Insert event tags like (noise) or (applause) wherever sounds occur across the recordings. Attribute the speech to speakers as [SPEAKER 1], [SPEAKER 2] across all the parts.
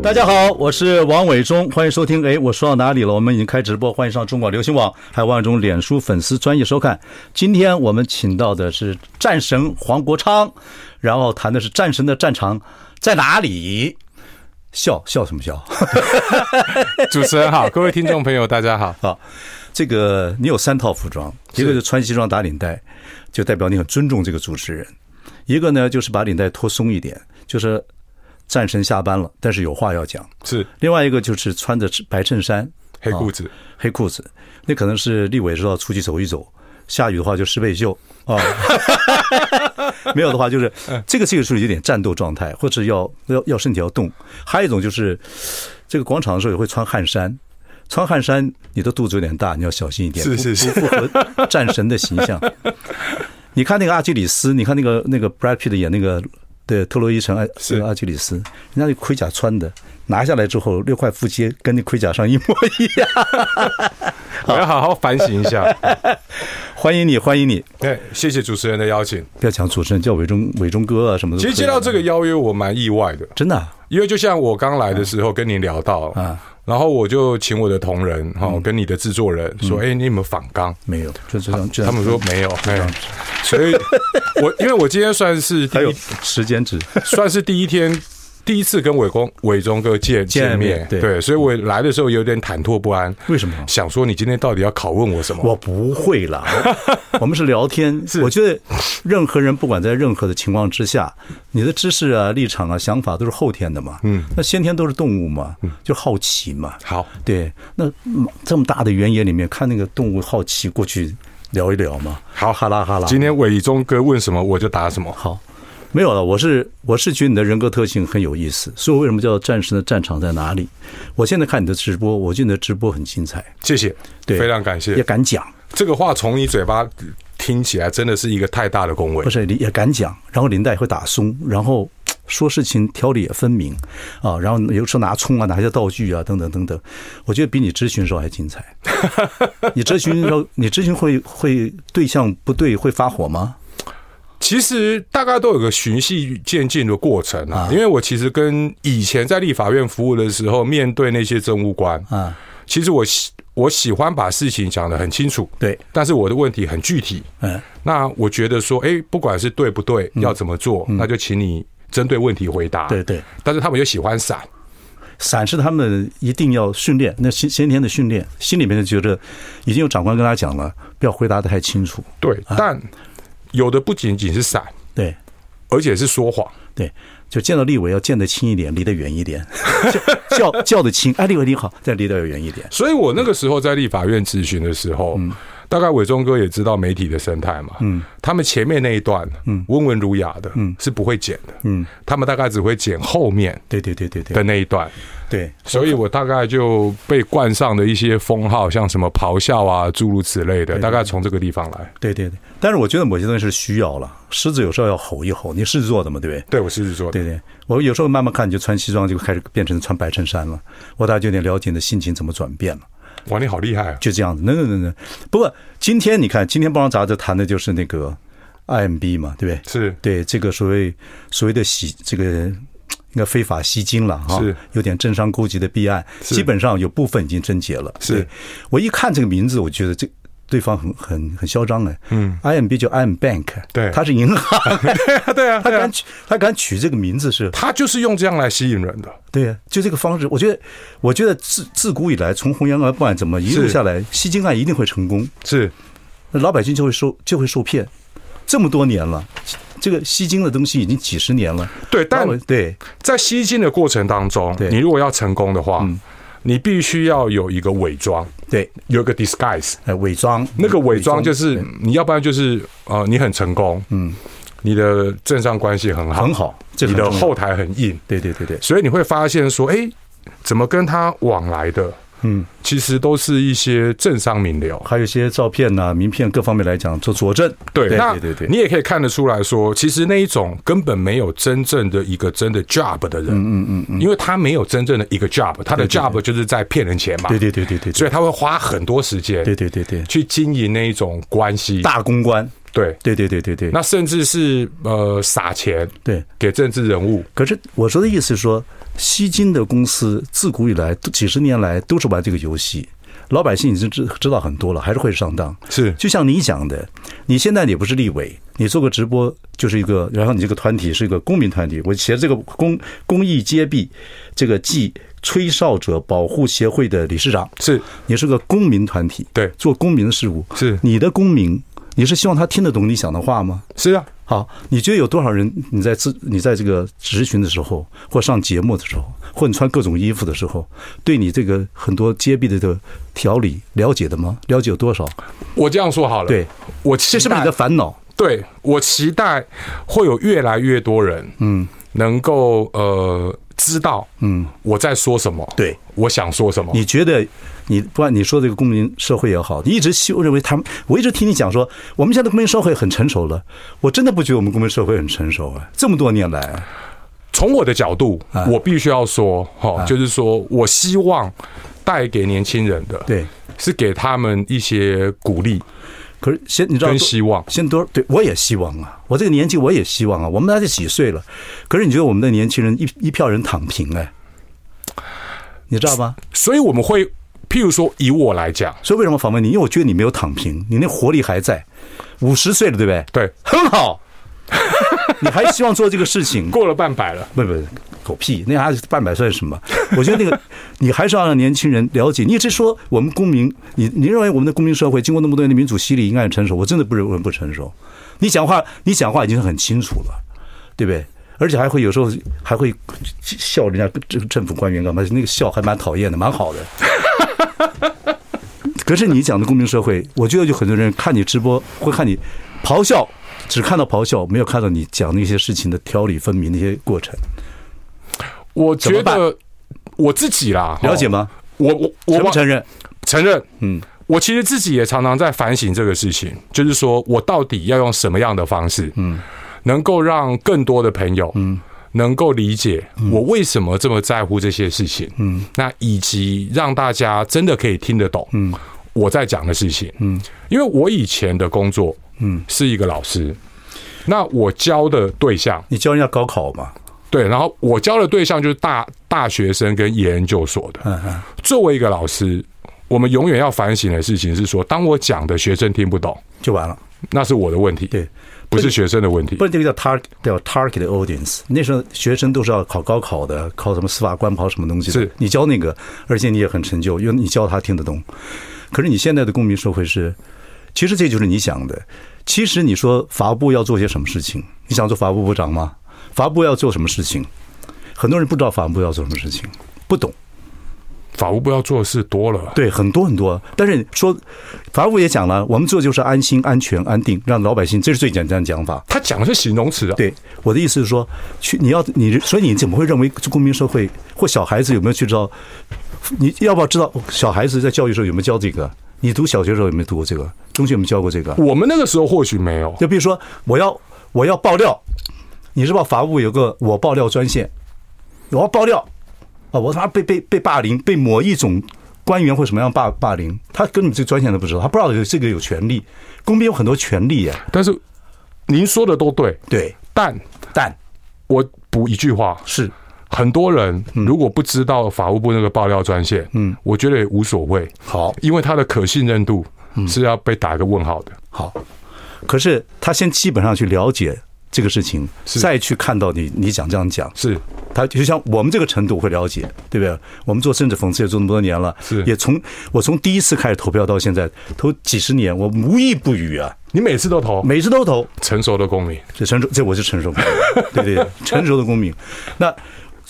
[SPEAKER 1] 大家好，我是王伟忠，欢迎收听。哎，我说到哪里了？我们已经开直播，欢迎上中广流行网，还有万中脸书粉丝专业收看。今天我们请到的是战神黄国昌，然后谈的是战神的战场在哪里。笑笑什么笑？
[SPEAKER 2] 主持人好，各位听众朋友大家好。
[SPEAKER 1] 好，这个你有三套服装，一个是穿西装打领带，就代表你很尊重这个主持人；一个呢就是把领带脱松一点，就是战神下班了，但是有话要讲；
[SPEAKER 2] (laughs) 是
[SPEAKER 1] 另外一个就是穿着白衬衫、
[SPEAKER 2] 黑裤
[SPEAKER 1] 啊
[SPEAKER 2] 子
[SPEAKER 1] 黑裤子，那可能是立伟知道出去走一走，下雨的话就湿背袖啊， (laughs) 没有的话就是这个这个是有点战斗状态，或者要要要身体要动。还有一种就是这个广场的时候也会穿汗衫。穿汗衫，你的肚子有点大，你要小心一点，
[SPEAKER 2] 是是是
[SPEAKER 1] 不不符合战神的形
[SPEAKER 2] (laughs)
[SPEAKER 1] 象。你看那个阿基里斯，你看那个那个 Brad Pitt 演那个对特洛伊城阿
[SPEAKER 2] 是
[SPEAKER 1] 阿基里斯，人家那盔甲穿的，拿下来之后六块腹肌跟那盔甲上一模一样。
[SPEAKER 2] 我要好好反省一下。
[SPEAKER 1] 欢迎你，欢迎你！
[SPEAKER 2] (laughs) 对，谢谢主持人的邀请。
[SPEAKER 1] 不要讲主持人，叫伟忠伟忠哥啊什么的。
[SPEAKER 2] 其实接到这个，邀约，我蛮意外的，
[SPEAKER 1] 真的啊、
[SPEAKER 2] 因为就像我刚来的时候跟你聊到，然后我就请我的同仁哈、跟你的制作人说，哎、你有没有仿纲？
[SPEAKER 1] 没有，就这样，就
[SPEAKER 2] 他们说没有，哎，所以 (laughs) 我因为我今天算是第
[SPEAKER 1] 还有
[SPEAKER 2] 一，
[SPEAKER 1] 时间值，
[SPEAKER 2] 算是第一天。第一次跟伟公伟忠哥见
[SPEAKER 1] 见
[SPEAKER 2] 见
[SPEAKER 1] 面
[SPEAKER 2] 面，
[SPEAKER 1] 对
[SPEAKER 2] 对，所以我来的时候有点忐忑不安。
[SPEAKER 1] 为什么
[SPEAKER 2] 想说你今天到底要拷问 (laughs) 我什么？
[SPEAKER 1] 我不会啦。 (laughs) 我们是聊
[SPEAKER 2] (laughs)
[SPEAKER 1] 天，我觉得任何人不管在任何的情况之下，你的知识啊、立场啊、想法都是后天的嘛。嗯，那先天都是动物嘛，就好奇嘛。
[SPEAKER 2] 嗯好，
[SPEAKER 1] 对，那嗯这么大的原野里面，看那个动物好奇过去聊一聊嘛。
[SPEAKER 2] 好
[SPEAKER 1] 哈啦哈啦。
[SPEAKER 2] 今天伟忠哥问什么我就答什么。
[SPEAKER 1] 好，没有了。我是我是觉得你的人格特性很有意思，所以我为什么叫战士的战场在哪里？我现在看你的直播，我觉得你的直播很精彩，
[SPEAKER 2] 谢谢，
[SPEAKER 1] 对
[SPEAKER 2] 非常感
[SPEAKER 1] 也
[SPEAKER 2] 谢。
[SPEAKER 1] 敢讲，
[SPEAKER 2] 这个话从你嘴巴听起来真的是一个太大的恭维
[SPEAKER 1] 不。是也敢讲，然后领带也会打松，然后。说事情条理也分明啊，然后有时候拿葱啊，拿一些道具啊，等等等等，我觉得比你咨询的时候还精
[SPEAKER 2] (laughs)
[SPEAKER 1] 彩。你咨询的时候，你咨询会会对象不对会发火吗？
[SPEAKER 2] 其实大概都有个循序渐进的过程啊，因为我其实跟以前在立法院服务的时候，面对那些政务官，
[SPEAKER 1] 啊，
[SPEAKER 2] 其实我喜我喜欢把事情讲得很清楚，
[SPEAKER 1] 对，
[SPEAKER 2] 但是我的问题很具体。
[SPEAKER 1] 嗯，
[SPEAKER 2] 那我觉得说，哎，不管是对不对，要怎么做，那就请你针对问题回答。
[SPEAKER 1] 嗯对对，
[SPEAKER 2] 但是他们就喜欢闪，
[SPEAKER 1] 散是他们一定要训练，那先先天的训练，心里面就觉得已经有长官跟他讲了，不要回答的太清楚。
[SPEAKER 2] 对，但有的不仅仅是闪，
[SPEAKER 1] 对
[SPEAKER 2] 而且是说谎。
[SPEAKER 1] 对，就见到立委要见得亲一点，离得远一 (laughs) 点，叫叫叫得亲。哎，立委你好，再离得远一点。
[SPEAKER 2] 所以我那个时候在立法院咨询的时候，大概伟忠哥也知道媒体的生态嘛，嗯，他们前面那一段，嗯，温文儒雅的，嗯，是不会剪的，嗯，他们大概只会剪后面
[SPEAKER 1] 对对对对对
[SPEAKER 2] 的那一段，
[SPEAKER 1] 对，
[SPEAKER 2] 所以我大概就被冠上了一些封号，像什么咆哮啊，诸如此类的，大概从这个地方来。
[SPEAKER 1] 对对对。但是我觉得某些东西是需要了，狮子有时候要吼一吼，你狮子座的嘛，对不对？
[SPEAKER 2] 对，我狮子座的，
[SPEAKER 1] 对对，我有时候慢慢看，你就穿西装就开始变成穿白衬衫了，我大概就有点了解你的心情怎么转变了。
[SPEAKER 2] 哇，你好厉害啊！
[SPEAKER 1] 就这样子，能能能能。不过今天你看，今天包装杂志谈的就是那个 IMB 嘛，对不对？
[SPEAKER 2] 是
[SPEAKER 1] 对这个所谓所谓的洗这个应该非法吸金了哈，
[SPEAKER 2] 是
[SPEAKER 1] 有点政商勾结的弊案，
[SPEAKER 2] 是
[SPEAKER 1] 基本上有部分已经侦结了。
[SPEAKER 2] 是
[SPEAKER 1] 对我一看这个名字，我觉得这。对方很很很嚣张哎，嗯，IMB 叫 IM Bank，
[SPEAKER 2] 对
[SPEAKER 1] 它是银行，
[SPEAKER 2] 对啊，
[SPEAKER 1] 他
[SPEAKER 2] 对啊
[SPEAKER 1] 敢，
[SPEAKER 2] (laughs)
[SPEAKER 1] 取他敢取这个名字是
[SPEAKER 2] 他就是用这样来吸引人的。
[SPEAKER 1] 对呀，就这个方式，我觉得，我觉得自自古以来，从弘扬案不管怎么一路
[SPEAKER 2] 是
[SPEAKER 1] 下来，吸金案一定会成功，
[SPEAKER 2] 是，
[SPEAKER 1] 那老百姓就会受就会受骗。这么多年了，这个吸金的东西已经几十年了。
[SPEAKER 2] 对，但
[SPEAKER 1] 老百对
[SPEAKER 2] 在吸金的过程当中
[SPEAKER 1] 对，嗯
[SPEAKER 2] 你如果要成功的话，你必须要有一个伪装，
[SPEAKER 1] 对，
[SPEAKER 2] 有一个 disguise。
[SPEAKER 1] 呃，伪装
[SPEAKER 2] 那个伪装就是
[SPEAKER 1] 伪装
[SPEAKER 2] 你要不然就是呃，你很成功，嗯，你的政商关系很
[SPEAKER 1] 对
[SPEAKER 2] 好，
[SPEAKER 1] 很好，这
[SPEAKER 2] 你
[SPEAKER 1] 很
[SPEAKER 2] 的
[SPEAKER 1] 重要
[SPEAKER 2] 后台很硬，
[SPEAKER 1] 对对对对
[SPEAKER 2] 所以你会发现说，哎，怎么跟他往来的，嗯，其实都是一些政商名流。
[SPEAKER 1] 还有一些照片呐、名片各方面来讲做佐证。
[SPEAKER 2] 对，
[SPEAKER 1] 对
[SPEAKER 2] 那
[SPEAKER 1] 对对对
[SPEAKER 2] 你也可以看得出来说，其实那一种根本没有真正的一个真的 job 的人，嗯嗯嗯，因为他没有真正的一个 job，他的 job 就是在骗人钱嘛，
[SPEAKER 1] 对对对对对对
[SPEAKER 2] 所以他会花很多时间，
[SPEAKER 1] 对对对对，
[SPEAKER 2] 去经营那一种关系，
[SPEAKER 1] 大公关，
[SPEAKER 2] 对，
[SPEAKER 1] 对对对对对，
[SPEAKER 2] 那甚至是呃撒钱
[SPEAKER 1] 对。
[SPEAKER 2] 给政治人物，
[SPEAKER 1] 可是我说的意思是说，吸金的公司自古以来都几十年来都是玩这个游戏，老百姓已经知知道很多了，还是会上当。
[SPEAKER 2] 是
[SPEAKER 1] 就像你讲的，你现在也不是立委，你做个直播就是一个，然后你这个团体是一个公民团体，我写这个公公益揭弊，这个暨吹哨者保护协会的理事长，
[SPEAKER 2] 是
[SPEAKER 1] 你是个公民团体，
[SPEAKER 2] 对
[SPEAKER 1] 做公民的事务，
[SPEAKER 2] 是
[SPEAKER 1] 你的公民，你是希望他听得懂你讲的话吗？
[SPEAKER 2] 是啊，
[SPEAKER 1] 好，你觉得有多少人你在自你在这个执询的时候，或上节目的时候，或你穿各种衣服的时候，对你这个很多揭弊的这个条理了解的吗？了解有多少？
[SPEAKER 2] 我这样说好了，
[SPEAKER 1] 对，
[SPEAKER 2] 我
[SPEAKER 1] 这
[SPEAKER 2] 期待
[SPEAKER 1] 是不是你的烦恼？
[SPEAKER 2] 对我期待会有越来越多人，嗯，能够呃知道，嗯，我在说什么，
[SPEAKER 1] 对，
[SPEAKER 2] 我想说什么，
[SPEAKER 1] 你觉得你不管你说这个公民社会也好，你一直希认为他们，我一直听你讲说，我们现在公民社会很成熟了，我真的不觉得我们公民社会很成熟啊，这么多年来、啊，
[SPEAKER 2] 从我的角度，我必须要说，
[SPEAKER 1] 啊
[SPEAKER 2] 哈，就是说我希望带给年轻人的，
[SPEAKER 1] 对，
[SPEAKER 2] 是给他们一些鼓励
[SPEAKER 1] 可是先你知道
[SPEAKER 2] 跟
[SPEAKER 1] 多
[SPEAKER 2] 希望。
[SPEAKER 1] 先多对我也希望啊，我这个年纪我也希望啊，我们才几岁了，可是你觉得我们的年轻人一一票人躺平哎，你知道吗？
[SPEAKER 2] 所以我们会，譬如说，以我来讲，
[SPEAKER 1] 所以为什么访问你？因为我觉得你没有躺平，你那活力还在，五十岁了对不对？
[SPEAKER 2] 对， (laughs)
[SPEAKER 1] 很好， (laughs) 你还希望做这个事情？
[SPEAKER 2] 过了半百了，
[SPEAKER 1] 不不，狗屁，那还半百算什么？ (laughs) 我觉得那个你还是要让年轻人了解。你一直说我们公民，你你认为我们的公民社会经过那么多年的民主洗礼应该很成熟，我真的不认为不成熟。你讲话，你讲话已经很清楚了，对不对？而且还会有时候还会笑人家政政府官员干嘛？那个笑还蛮讨厌的，蛮好的。 (laughs) 可是你讲的公民社会，我觉得有很多人看你直播会看你咆哮，只看到咆哮，没有看到你讲那些事情的条理分明那些过程。
[SPEAKER 2] 我觉
[SPEAKER 1] 怎么办
[SPEAKER 2] 得我自己啦，
[SPEAKER 1] 了解
[SPEAKER 2] 哈？
[SPEAKER 1] 吗？
[SPEAKER 2] 我我我
[SPEAKER 1] 承不承认？
[SPEAKER 2] 承认，
[SPEAKER 1] 嗯
[SPEAKER 2] 嗯，我其实自己也常常在反省这个事情，就是说我到底要用什么样的方式，嗯，能够让更多的朋友，嗯。能够理解我为什么这么在乎这些事情，嗯，那以及让大家真的可以听得懂，嗯，我在讲的事情，嗯，因为我以前的工作，嗯，是一个老师，那我教的对象，
[SPEAKER 1] 你教人家高考嘛？
[SPEAKER 2] 对，然后我教的对象就是大大学生跟研究所的，
[SPEAKER 1] 嗯嗯，
[SPEAKER 2] 作为一个老师，我们永远要反省的事情是说，当我讲的学生听不懂，
[SPEAKER 1] 就完了。
[SPEAKER 2] 那是我的问题，
[SPEAKER 1] 对，
[SPEAKER 2] 不是学生的问题
[SPEAKER 1] 不。然这个叫 target 叫 target audience。那时候学生都是要考高考的，考什么司法官，考什么东西的
[SPEAKER 2] 是
[SPEAKER 1] 你教那个，而且你也很成就，因为你教他听得懂。可是你现在的公民社会是，其实这就是你想的。其实你说法务部要做些什么事情？你想做法务部长吗？法务部要做什么事情？很多人不知道法务部要做什么事情，不懂。
[SPEAKER 2] 法务部要做的事多了，
[SPEAKER 1] 对，很多很多。但是说，法务部也讲了，我们做就是安心、安全、安定，让老百姓，这是最简单的讲法。
[SPEAKER 2] 他讲的是形容词啊。
[SPEAKER 1] 对，我的意思是说，去你要你，所以你怎么会认为公民社会或小孩子有没有去知道？你要不要知道小孩子在教育的时候有没有教这个？你读小学的时候有没有读过这个？中学有没有教过这个？
[SPEAKER 2] 我们那个时候或许没有，
[SPEAKER 1] 就比如说，我要我要爆料，你知道法务有个我爆料专线，我要爆料啊，我他妈被被被霸凌，被某一种官员或什么样霸霸凌，他根本这个专线都不知道，他不知道有这个有权利，公民有很多权利耶，
[SPEAKER 2] 但是您说的都对，
[SPEAKER 1] 对，
[SPEAKER 2] 但
[SPEAKER 1] 但
[SPEAKER 2] 我补一句话，
[SPEAKER 1] 是
[SPEAKER 2] 很多人
[SPEAKER 1] 嗯
[SPEAKER 2] 如果不知道法务部那个爆料专线，嗯，我觉得也无所谓，
[SPEAKER 1] 好
[SPEAKER 2] 因为它的可信任度
[SPEAKER 1] 嗯
[SPEAKER 2] 是要被打一个问号的。
[SPEAKER 1] 好，可是他先基本上去了解这个事情，
[SPEAKER 2] 是
[SPEAKER 1] 再去看到你你讲这样讲，
[SPEAKER 2] 是
[SPEAKER 1] 他就像我们这个程度会了解，对不对？我们做政治讽刺也做那么多年了，
[SPEAKER 2] 是
[SPEAKER 1] 也从我从第一次开始投票到现在，投几十年，我无一不语啊，
[SPEAKER 2] 你每次都投
[SPEAKER 1] 每次都投，
[SPEAKER 2] 成熟的公民，
[SPEAKER 1] 这成熟，这我是成熟公民，对对对，成熟的公
[SPEAKER 2] (laughs)
[SPEAKER 1] 民。那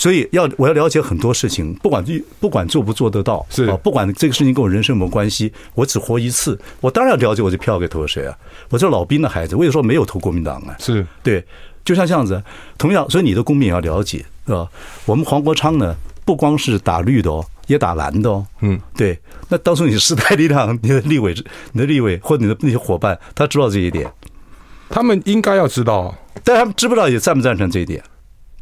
[SPEAKER 1] 所以要我要了解很多事情，不管不管做不做得到，
[SPEAKER 2] 是
[SPEAKER 1] 啊，不管这个事情跟我人生有没有关系，我只活一次，我当然要了解我这票给投谁啊。我这老兵的孩子，我有时候没有投国民党啊，
[SPEAKER 2] 是
[SPEAKER 1] 对，就像这样子，同样，所以你的公民也要了解，是吧？我们黄国昌呢，不光是打绿的哦，也打蓝的哦。
[SPEAKER 2] 嗯，
[SPEAKER 1] 对。那当初你时代力量，你的立委、你的立委或你的那些伙伴，他知道这一点，
[SPEAKER 2] 他们应该要知道，
[SPEAKER 1] 但他们知不知道也赞不赞成这一点？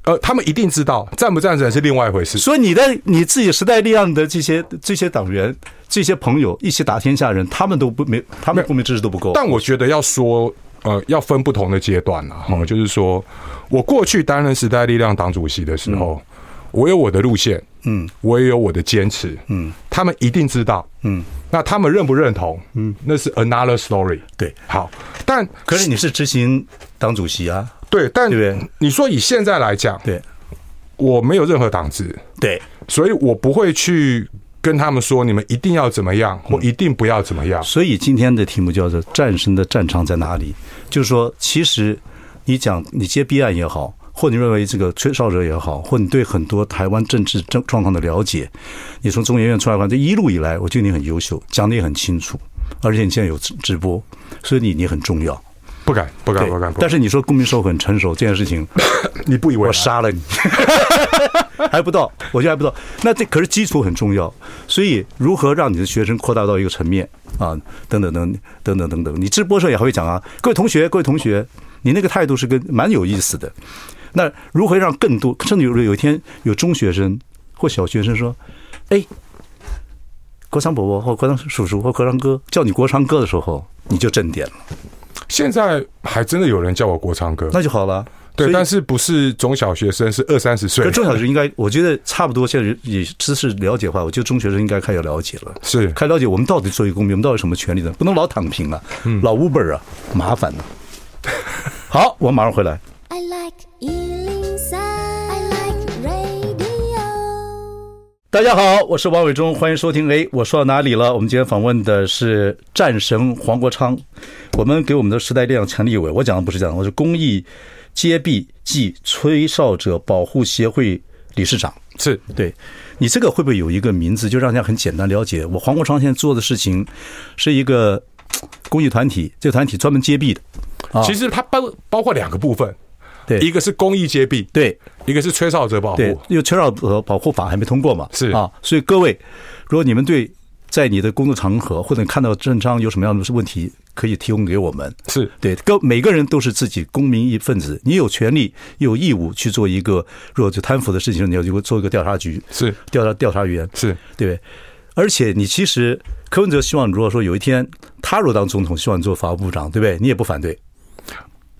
[SPEAKER 2] 呃，他们一定知道，赞不赞成是另外一回事。
[SPEAKER 1] 所以你的你自己时代力量的这些这些党员、这些朋友一起打天下人，他们都不没，他们公民知识都不够。
[SPEAKER 2] 但我觉得要说，呃，要分不同的阶段啦。
[SPEAKER 1] 嗯
[SPEAKER 2] 哈、就是说我过去担任时代力量党主席的时候，
[SPEAKER 1] 嗯
[SPEAKER 2] 我有我的路线，嗯，我也有我的坚持，嗯，他们一定知道，嗯，那他们认不认同，嗯，那是 another story。
[SPEAKER 1] 对，
[SPEAKER 2] 好，但
[SPEAKER 1] 可是你是执行党主席啊，
[SPEAKER 2] 对，但
[SPEAKER 1] 对不对
[SPEAKER 2] 你说以现在来讲，
[SPEAKER 1] 对
[SPEAKER 2] 我没有任何党职，
[SPEAKER 1] 对，
[SPEAKER 2] 所以我不会去跟他们说你们一定要怎么样，
[SPEAKER 1] 嗯
[SPEAKER 2] 或一定不要怎么样。
[SPEAKER 1] 所以今天的题目叫做“战神的战场在哪里”，就是说，其实你讲你接弊案也好，或你认为这个吹哨者也好，或你对很多台湾政治状状况的了解，你从中研院出来的话，这一路以来，我觉得你很优秀，讲的也很清楚，而且你现在有直直播，所以你你很重要。
[SPEAKER 2] 不敢，不敢，
[SPEAKER 1] 对
[SPEAKER 2] 不敢，不敢。
[SPEAKER 1] 但是你说公民社会很成熟这件事情，
[SPEAKER 2] 你不以为
[SPEAKER 1] 我
[SPEAKER 2] 然
[SPEAKER 1] 杀了你，还不到，我觉得还不到。那这可是基础很重要，所以如何让你的学生扩大到一个层面啊？等等等等等等等，你直播社也还会讲啊，各位同学，各位同学，你那个态度是跟蛮有意思的。那如何让更多，甚至有有一天有中学生或小学生说，哎，国昌伯伯或国昌叔叔或国昌哥叫你国昌哥的时候，你就正点了，
[SPEAKER 2] 现在还真的有人叫我国昌哥，
[SPEAKER 1] 那就好了。所
[SPEAKER 2] 对，
[SPEAKER 1] 以
[SPEAKER 2] 但是不是中小学生，是二三十岁
[SPEAKER 1] 可，中小学应该，我觉得差不多。现在也知识了解的话，我觉得中学生应该开始了解了，
[SPEAKER 2] 是
[SPEAKER 1] 开始了解我们到底作为公民，我们到底有什么权利呢？不能老躺平啊，老 Uber 啊，麻烦呐、好，我马上回来。
[SPEAKER 3] I like Ealing Sound. I like radio.
[SPEAKER 1] 大家好，我是王伟忠，欢迎收听。哎，我说到哪里了？我们今天访问的是战神黄国昌，我们给我们的时代力量强立委。我讲的不是这样，我是公益揭弊暨吹哨者保护协会理事长。
[SPEAKER 2] 是
[SPEAKER 1] 对你这个会不会有一个名字，就让人家很简单了解？我黄国昌现在做的事情是一个嘖公益团体，这个团体专门接币的。
[SPEAKER 2] 其实它包包括两个部分，
[SPEAKER 1] 啊对
[SPEAKER 2] 一个是公益接币，
[SPEAKER 1] 对
[SPEAKER 2] 一个是吹哨者保
[SPEAKER 1] 对
[SPEAKER 2] 护，，
[SPEAKER 1] 因为缺少呃保护法还没通过嘛，
[SPEAKER 2] 是
[SPEAKER 1] 啊，所以各位，如果你们对在你的工作场合或者你看到政商有什么样的问题，可以提供给我们。
[SPEAKER 2] 是
[SPEAKER 1] 对，各每个人都是自己公民一份子，你有权利、有义务去做一个，如果就贪腐的事情，你要去做一个调查局，
[SPEAKER 2] 是
[SPEAKER 1] 调查调查员，
[SPEAKER 2] 是
[SPEAKER 1] 对，而且你其实柯文哲希望，如果说有一天他如果当总统，希望做法务部长，对不对？你也不反对，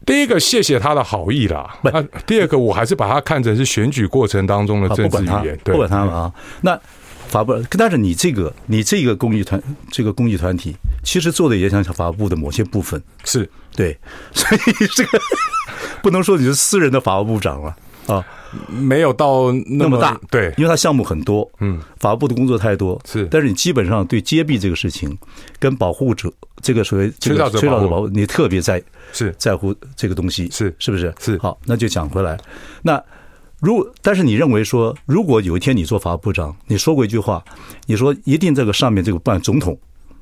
[SPEAKER 2] 第一个谢谢他的好意啦，那第二个我还是把它看成是选举过程当中的
[SPEAKER 1] 啊，
[SPEAKER 2] 呃政
[SPEAKER 1] 不
[SPEAKER 2] 治
[SPEAKER 1] 管他
[SPEAKER 2] 语言，，对
[SPEAKER 1] 不管他们啊。那法部，但是你这个你这个公益团这个公益团体，其实做的也像法务部的某些部分，
[SPEAKER 2] 是
[SPEAKER 1] 对， (laughs) 所以这个 (laughs) 不能说你是私人的法务部长了啊。
[SPEAKER 2] 没有到那
[SPEAKER 1] 那
[SPEAKER 2] 么
[SPEAKER 1] 么大，
[SPEAKER 2] 对，
[SPEAKER 1] 因为它项目很多，嗯，法务部的工作太多，
[SPEAKER 2] 是
[SPEAKER 1] 但是你基本上对接臂这个事情，跟保护者这个所谓这
[SPEAKER 2] 吹哨
[SPEAKER 1] 个
[SPEAKER 2] 者
[SPEAKER 1] 吹哨
[SPEAKER 2] 保护
[SPEAKER 1] 者保护，你特别在
[SPEAKER 2] 是
[SPEAKER 1] 在乎这个东西，
[SPEAKER 2] 是
[SPEAKER 1] 是不是？
[SPEAKER 2] 是
[SPEAKER 1] 好，那就讲回来，那如但是你认为说，如果有一天你做法务部长，你说过一句话，你说一定这个上面这个办总统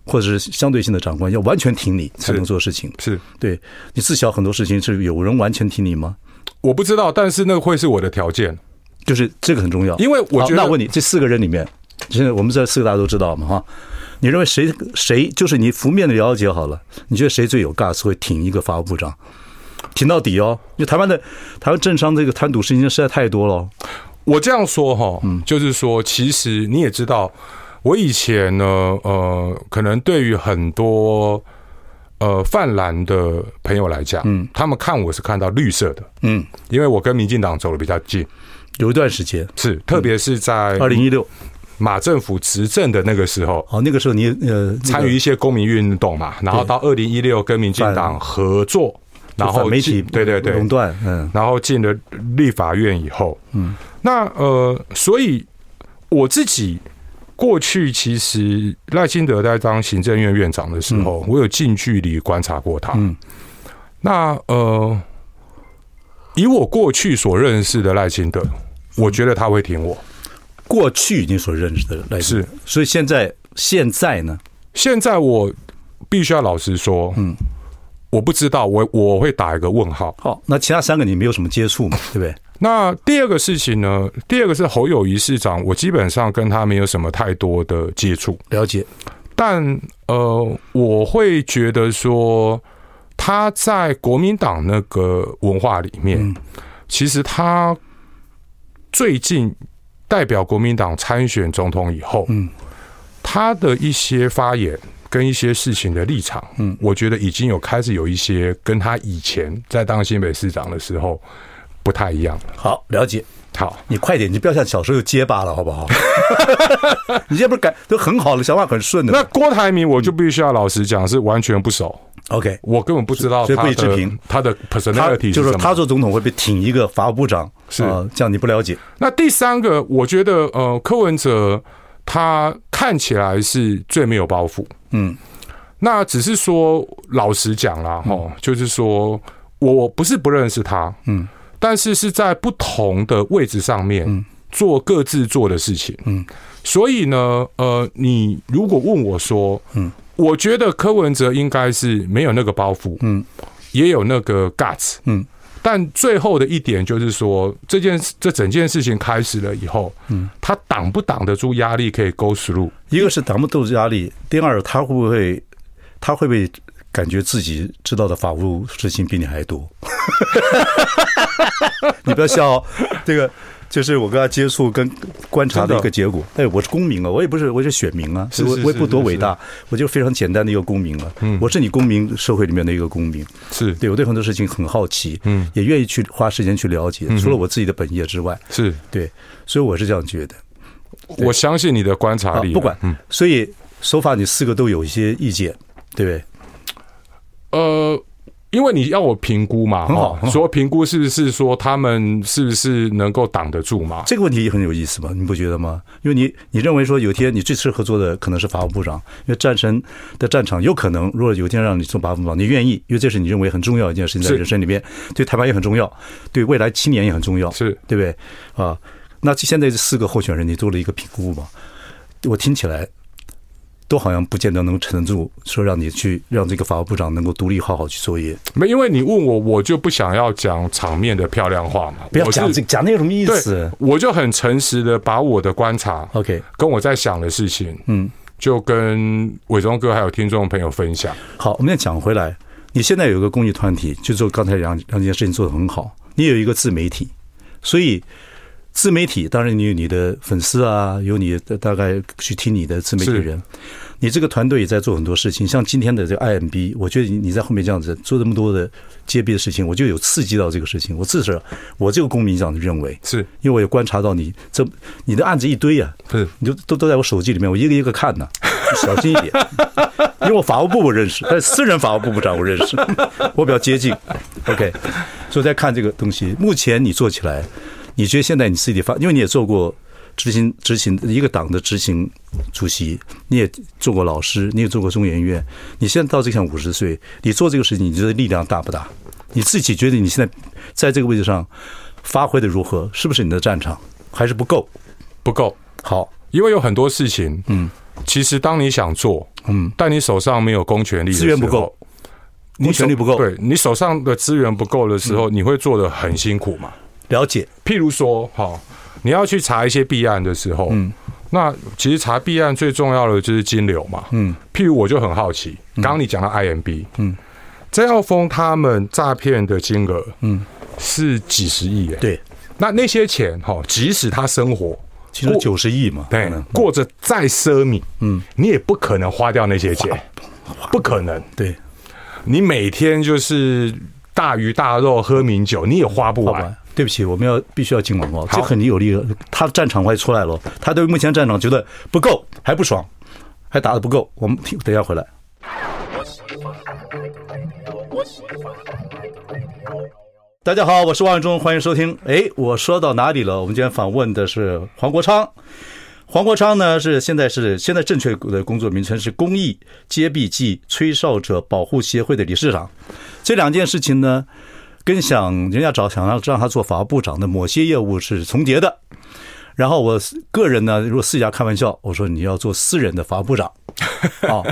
[SPEAKER 1] 或者是相对性的长官要完全听你才能做事情，
[SPEAKER 2] 是，
[SPEAKER 1] 对你自小很多事情是有人完全听你吗？
[SPEAKER 2] 我不知道，但是那会是我的条件，
[SPEAKER 1] 就是这个很重要，
[SPEAKER 2] 因为我
[SPEAKER 1] 好
[SPEAKER 2] 觉得
[SPEAKER 1] 那我问你，这四个人里面，现在我们这四个大家都知道嘛哈？你认为谁谁就是你负面的了解好了？你觉得谁最有 gas 会挺一个法务部长，挺到底哦？就台湾的台湾政商这个贪赌事情实在太多了哦，
[SPEAKER 2] 我这样说哈，就是说，其实你也知道，我以前呢，呃，可能对于很多呃泛蓝的朋友来讲，嗯，他们看我是看到绿色的，
[SPEAKER 1] 嗯，
[SPEAKER 2] 因为我跟民进党走的比较近，
[SPEAKER 1] 有一段时间，
[SPEAKER 2] 是，特别是在
[SPEAKER 1] 嗯二零一六，
[SPEAKER 2] 马政府执政的那个时候。
[SPEAKER 1] 哦，那个时候你呃
[SPEAKER 2] 参与一些公民运动嘛，然后到二零一六跟民进党合作，
[SPEAKER 1] 那
[SPEAKER 2] 然
[SPEAKER 1] 个
[SPEAKER 2] 后
[SPEAKER 1] 反媒体
[SPEAKER 2] 进对对对
[SPEAKER 1] 垄断，嗯，
[SPEAKER 2] 然后进了立法院以后，嗯，那呃，所以我自己过去其实赖清德在当行政院院长的时候，我有近距离观察过他。
[SPEAKER 1] 嗯
[SPEAKER 2] 那呃，以我过去所认识的赖清德，我觉得他会挺我。
[SPEAKER 1] 过去你所认识的来
[SPEAKER 2] 是，
[SPEAKER 1] 所以现在现在呢，
[SPEAKER 2] 现在我必须要老实说，嗯，我不知道，我我会打一个问号。
[SPEAKER 1] 好，那其他三个你没有什么接触嘛，对不对？
[SPEAKER 2] 那第二个事情呢，第二个是侯友谊市长，我基本上跟他没有什么太多的接触，
[SPEAKER 1] 了解，
[SPEAKER 2] 但呃，我会觉得说他在国民党那个文化里面，
[SPEAKER 1] 嗯
[SPEAKER 2] 其实他最近代表国民党参选总统以后，
[SPEAKER 1] 嗯
[SPEAKER 2] 他的一些发言跟一些事情的立场，
[SPEAKER 1] 嗯
[SPEAKER 2] 我觉得已经有开始有一些跟他以前在当新北市长的时候不太一样了。
[SPEAKER 1] 好，了解。
[SPEAKER 2] 好，
[SPEAKER 1] 你快点，你不要像小时候结巴了，好不
[SPEAKER 2] (laughs)
[SPEAKER 1] 好？你现在不是改都很好了，想法很顺
[SPEAKER 2] (laughs) 那
[SPEAKER 1] 的。
[SPEAKER 2] 郭台铭我就必须要老实讲，是完全不熟，
[SPEAKER 1] OK，
[SPEAKER 2] 我根本不知道
[SPEAKER 1] 所以
[SPEAKER 2] 他
[SPEAKER 1] 不
[SPEAKER 2] 的
[SPEAKER 1] 予置评
[SPEAKER 2] 他的
[SPEAKER 1] 他
[SPEAKER 2] personality
[SPEAKER 1] 就是是
[SPEAKER 2] 什
[SPEAKER 1] 他
[SPEAKER 2] 么。
[SPEAKER 1] 做总统会被挺一个法务部长，
[SPEAKER 2] 是
[SPEAKER 1] 啊这样你不了解，
[SPEAKER 2] 那第三个，我觉得呃，柯文哲他看起来是最没有包袱，
[SPEAKER 1] 嗯
[SPEAKER 2] 那只是说，老实讲啦，哈、就是说我不是不认识他，
[SPEAKER 1] 嗯，
[SPEAKER 2] 但是是在不同的位置上面、做各自做的事情，
[SPEAKER 1] 嗯，
[SPEAKER 2] 所以呢，呃，你如果问我说，
[SPEAKER 1] 嗯，
[SPEAKER 2] 我觉得柯文哲应该是没有那个包袱，
[SPEAKER 1] 嗯，
[SPEAKER 2] 也有那个 guts，
[SPEAKER 1] 嗯，
[SPEAKER 2] 但最后的一点就是说，这件这整件事情开始了以后，嗯，他挡不挡得住压力可以 go through，
[SPEAKER 1] 一个是咱们斗志压力，第二他会不会他会不会感觉自己知道的法务事情比你还多？ (laughs) 你不要笑、哦，这个就是我跟他接触跟观察的一个结果。哎，我是公民啊，我也不是我也是选民啊，
[SPEAKER 2] 是是
[SPEAKER 1] 我我也不
[SPEAKER 2] 是
[SPEAKER 1] 多
[SPEAKER 2] 是嗯
[SPEAKER 1] 伟大，我就非常简单的一个公民啊，我是你公民社会里面的一个公民。
[SPEAKER 2] 是
[SPEAKER 1] 对我对很多事情很好奇，
[SPEAKER 2] 嗯，
[SPEAKER 1] 也愿意去花时间去了解，除了我自己的本业之外，
[SPEAKER 2] 是，
[SPEAKER 1] 对，所以我是这样觉得。
[SPEAKER 2] 我相信你的观察
[SPEAKER 1] 啊
[SPEAKER 2] 力，，
[SPEAKER 1] 不管，
[SPEAKER 2] 嗯。
[SPEAKER 1] 所以手法你四个都有一些意见，对不对？
[SPEAKER 2] 呃，因为你要我评估嘛，
[SPEAKER 1] 很好
[SPEAKER 2] 哦
[SPEAKER 1] 很好
[SPEAKER 2] 说评估是不是说他们是不是能够挡得住嘛？
[SPEAKER 1] 这个问题也很有意思嘛，你不觉得吗？因为你你认为说有一天你最适合做的可能是法务部长，因为战神的战场有可能，如果有一天让你做法务部长，你愿意，因为这是你认为很重要的一件事情，在
[SPEAKER 2] 是
[SPEAKER 1] 人生里面对台湾也很重要，对未来七年也很重要，
[SPEAKER 2] 是
[SPEAKER 1] 对不对？啊，那现在这四个候选人你做了一个评估嘛？我听起来都好像不见得能撑得住，说让你去让这个法务部长能够独立好好去作业。
[SPEAKER 2] 没，因为你问我，我就不想要讲场面的漂亮话嘛。
[SPEAKER 1] 不要
[SPEAKER 2] 我是
[SPEAKER 1] 讲这讲那有什么意
[SPEAKER 2] 对
[SPEAKER 1] 思，
[SPEAKER 2] 我就很诚实的把我的观察
[SPEAKER 1] ？OK，
[SPEAKER 2] 跟我在想的事情，
[SPEAKER 1] 哦嗯，
[SPEAKER 2] 就跟伟忠哥还有听众朋友分享。
[SPEAKER 1] 好，我们再讲回来，你现在有一个公益团体，就做刚才两两件事情做得很好，你有一个自媒体，所以。自媒体当然你有你的粉丝啊，有你的大概去听你的自媒体
[SPEAKER 2] 是
[SPEAKER 1] 人，你这个团队也在做很多事情，像今天的这个 IMB，我觉得你你在后面这样子做这么多的接臂的事情，我就有刺激到这个事情。我至少我这个公民这样子认为，
[SPEAKER 2] 是
[SPEAKER 1] 因为我也观察到你这你的案子一堆呀、
[SPEAKER 2] 是
[SPEAKER 1] 你就都都在我手机里面，我一个一个看
[SPEAKER 2] (laughs)
[SPEAKER 1] 呢、小心一点。因为我法务部我认识，但是私人法务部部长我认识，我比较接近。OK，所以在看这个东西，目前你做起来，你觉得现在你自己发，因为你也做过执行执行一个党的执行主席，你也做过老师，你也做过中研院，你现在到这项五十岁，你做这个事情，你觉得力量大不大？你自己觉得你现在在这个位置上发挥的如何？是不是你的战场还是不够？
[SPEAKER 2] 不够，
[SPEAKER 1] 好，
[SPEAKER 2] 因为有很多事情，嗯，其实当你想做，
[SPEAKER 1] 嗯，
[SPEAKER 2] 但你手上没有公权力的时
[SPEAKER 1] 资
[SPEAKER 2] 候，
[SPEAKER 1] 源不够，
[SPEAKER 2] 你
[SPEAKER 1] 公
[SPEAKER 2] 手
[SPEAKER 1] 权力不够，嗯
[SPEAKER 2] 对你手上的资源不够的时候，你会做的很辛苦嘛。
[SPEAKER 1] 了解，
[SPEAKER 2] 譬如说，哈、你要去查一些弊案的时候，
[SPEAKER 1] 嗯
[SPEAKER 2] 那其实查弊案最重要的就是金流嘛。
[SPEAKER 1] 嗯，
[SPEAKER 2] 譬如我就很好奇，刚刚你讲到 IMB，嗯，曾耀峰他们诈骗的金额，嗯，是几十亿耶。，
[SPEAKER 1] 对，
[SPEAKER 2] 那那些钱，哈、即使他生活。
[SPEAKER 1] 其实
[SPEAKER 2] 过
[SPEAKER 1] 九十亿嘛，
[SPEAKER 2] 对
[SPEAKER 1] 可能，
[SPEAKER 2] 过着再奢靡，嗯，你也不可能花掉那些钱，不可能。
[SPEAKER 1] 对，
[SPEAKER 2] 你每天就是大鱼大肉喝米酒，你也花不
[SPEAKER 1] 好
[SPEAKER 2] 完。
[SPEAKER 1] 吧，对不起，我们要必须要进广告，这很有利了。他的战场快出来了，他对目前战场觉得不够，还不爽，还打得不够。我们听，等一下回来。大家好，我是王永忠，欢迎收听。哎，我说到哪里了？我们今天访问的是黄国昌。黄国昌呢是现在是现在正确的工作名称是公益揭弊暨吹哨者保护协会的理事长。这两件事情呢，跟想人家找想让让他做法务部长的某些业务是重叠的。然后我私个人呢，如果私下开玩笑，我说你要做私人的法务部长啊、